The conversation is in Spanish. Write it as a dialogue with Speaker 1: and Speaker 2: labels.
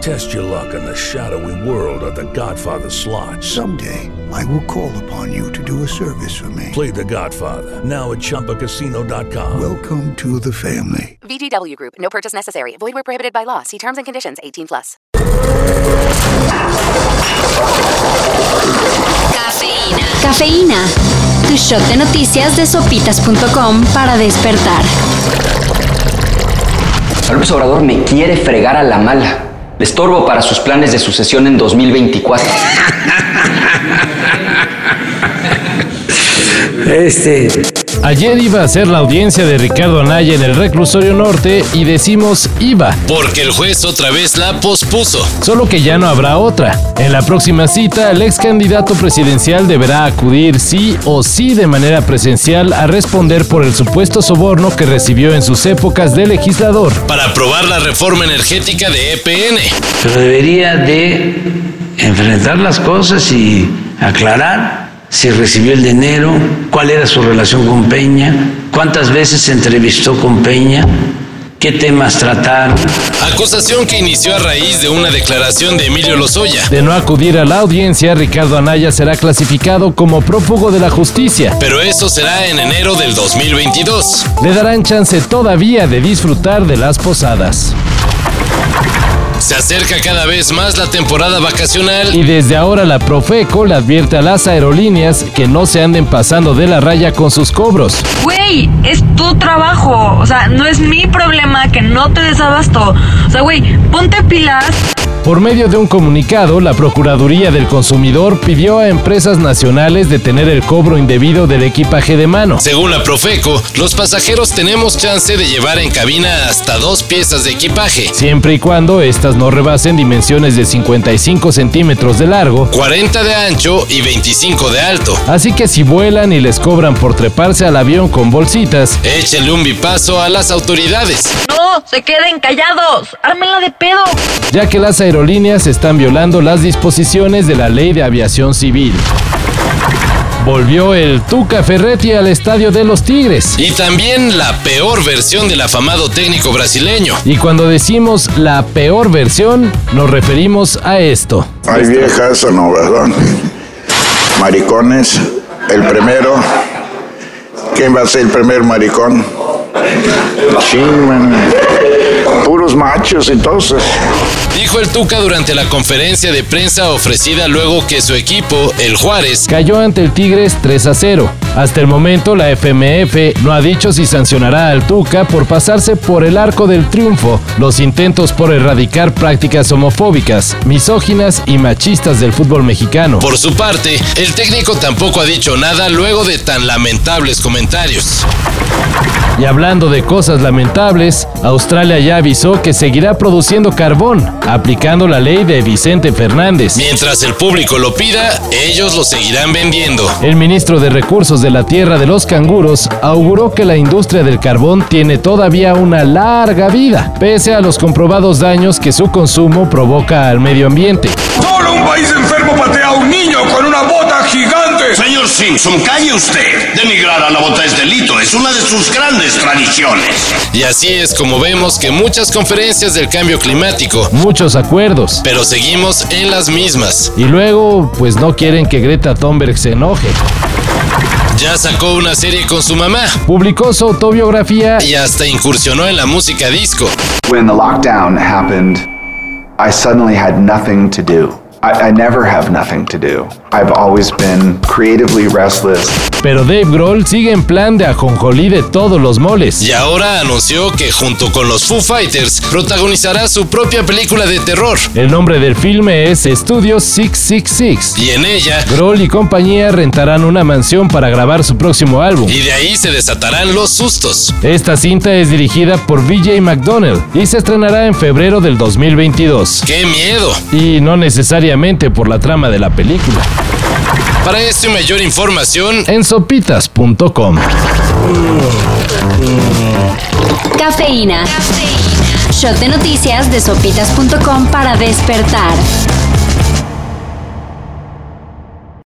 Speaker 1: Test your luck in the shadowy world of The Godfather slot.
Speaker 2: Someday, I will call upon you to do a service for me.
Speaker 1: Play The Godfather now at ChumbaCasino.com.
Speaker 2: Welcome to the family.
Speaker 3: VGW Group. No purchase necessary. Void where prohibited by law. See terms and conditions. 18 plus.
Speaker 4: Cafeína. Cafeína. Tu shot de noticias de sopitas.com para despertar.
Speaker 5: López Obrador me quiere fregar a la mala. Le estorbo para sus planes de sucesión en 2024.
Speaker 6: Este.
Speaker 7: Ayer iba a ser la audiencia de Ricardo Anaya en el reclusorio norte y decimos iba.
Speaker 8: Porque el juez otra vez la pospuso.
Speaker 7: Solo que ya no habrá otra. En la próxima cita, el ex candidato presidencial deberá acudir sí o sí de manera presencial a responder por el supuesto soborno que recibió en sus épocas de legislador.
Speaker 8: Para aprobar la reforma energética de E EPN.
Speaker 6: Pero debería de enfrentar las cosas y aclarar si recibió el dinero, cuál era su relación con Peña, cuántas veces se entrevistó con Peña, qué temas trataron.
Speaker 8: Acusación que inició a raíz de una declaración de Emilio Lozoya.
Speaker 7: De no acudir a la audiencia, Ricardo Anaya será clasificado como prófugo de la justicia.
Speaker 8: Pero eso será en enero del 2022.
Speaker 7: Le darán chance todavía de disfrutar de las posadas.
Speaker 8: Se acerca cada vez más la temporada vacacional
Speaker 7: y desde ahora la Profeco le advierte a las aerolíneas que no se anden pasando de la raya con sus cobros.
Speaker 9: Güey, es tu trabajo, o sea, no es mi problema que no te desabasto. O sea, güey, ponte pilas.
Speaker 7: Por medio de un comunicado, la Procuraduría del Consumidor pidió a empresas nacionales detener el cobro indebido del equipaje de mano.
Speaker 8: Según la Profeco, los pasajeros tenemos chance de llevar en cabina hasta dos piezas de equipaje.
Speaker 7: Siempre y cuando estas no rebasen dimensiones de 55 centímetros de largo,
Speaker 8: 40 de ancho y 25 de alto.
Speaker 7: Así que si vuelan y les cobran por treparse al avión con bolsitas,
Speaker 8: échenle un bipaso a las autoridades.
Speaker 9: No, se queden callados, ármenla de pedo.
Speaker 7: Ya que las aerolíneas están violando las disposiciones de la ley de aviación civil. Volvió el Tuca Ferretti al estadio de los Tigres.
Speaker 8: Y también la peor versión del afamado técnico brasileño.
Speaker 7: Y cuando decimos la peor versión, nos referimos a esto.
Speaker 10: Hay viejas o no, perdón. Maricones, el primero. ¿Quién va a ser el primer maricón? Sí, man. Puros machos entonces.
Speaker 8: Dijo el Tuca durante la conferencia de prensa ofrecida luego que su equipo, el Juárez,
Speaker 7: cayó ante el Tigres 3 a 0. Hasta el momento la FMF no ha dicho si sancionará al Tuca por pasarse por el arco del triunfo los intentos por erradicar prácticas homofóbicas, misóginas y machistas del fútbol mexicano.
Speaker 8: Por su parte, el técnico tampoco ha dicho nada luego de tan lamentables comentarios.
Speaker 7: Y hablando de cosas lamentables, Australia ya avisó que seguirá produciendo carbón, aplicando la ley de Vicente Fernández.
Speaker 8: Mientras el público lo pida, ellos lo seguirán vendiendo.
Speaker 7: El ministro de Recursos de la Tierra de los Canguros auguró que la industria del carbón tiene todavía una larga vida, pese a los comprobados daños que su consumo provoca al medio ambiente.
Speaker 11: Solo un país enfermo patea a un niño con una bota gigante.
Speaker 12: Señor Simpson, calle usted. Denigrar a la bota es delito, es una de sus grandes tradiciones.
Speaker 8: Y así es como vemos que muchas conferencias del cambio climático,
Speaker 7: muchos acuerdos,
Speaker 8: pero seguimos en las mismas.
Speaker 7: Y luego, pues no quieren que Greta Thunberg se enoje.
Speaker 8: Ya sacó una serie con su mamá,
Speaker 7: publicó su autobiografía
Speaker 8: y hasta incursionó en la música disco.
Speaker 13: When the lockdown happened, I suddenly had nothing to do. I, I, never have nothing to do. I've always been creatively restless.
Speaker 7: Pero Dave Grohl sigue en plan de ajonjolí de todos los moles.
Speaker 8: Y ahora anunció que junto con los Foo Fighters protagonizará su propia película de terror.
Speaker 7: El nombre del filme es Studio 666.
Speaker 8: Y en ella,
Speaker 7: Grohl y compañía rentarán una mansión para grabar su próximo álbum.
Speaker 8: Y de ahí se desatarán los sustos.
Speaker 7: Esta cinta es dirigida por VJ McDonnell y se estrenará en febrero del 2022.
Speaker 8: ¡Qué miedo!
Speaker 7: Y no necesariamente por la trama de la película.
Speaker 8: Para esto y mayor información
Speaker 7: en sopitas.com.
Speaker 4: Cafeína. Shot de noticias de sopitas.com para despertar.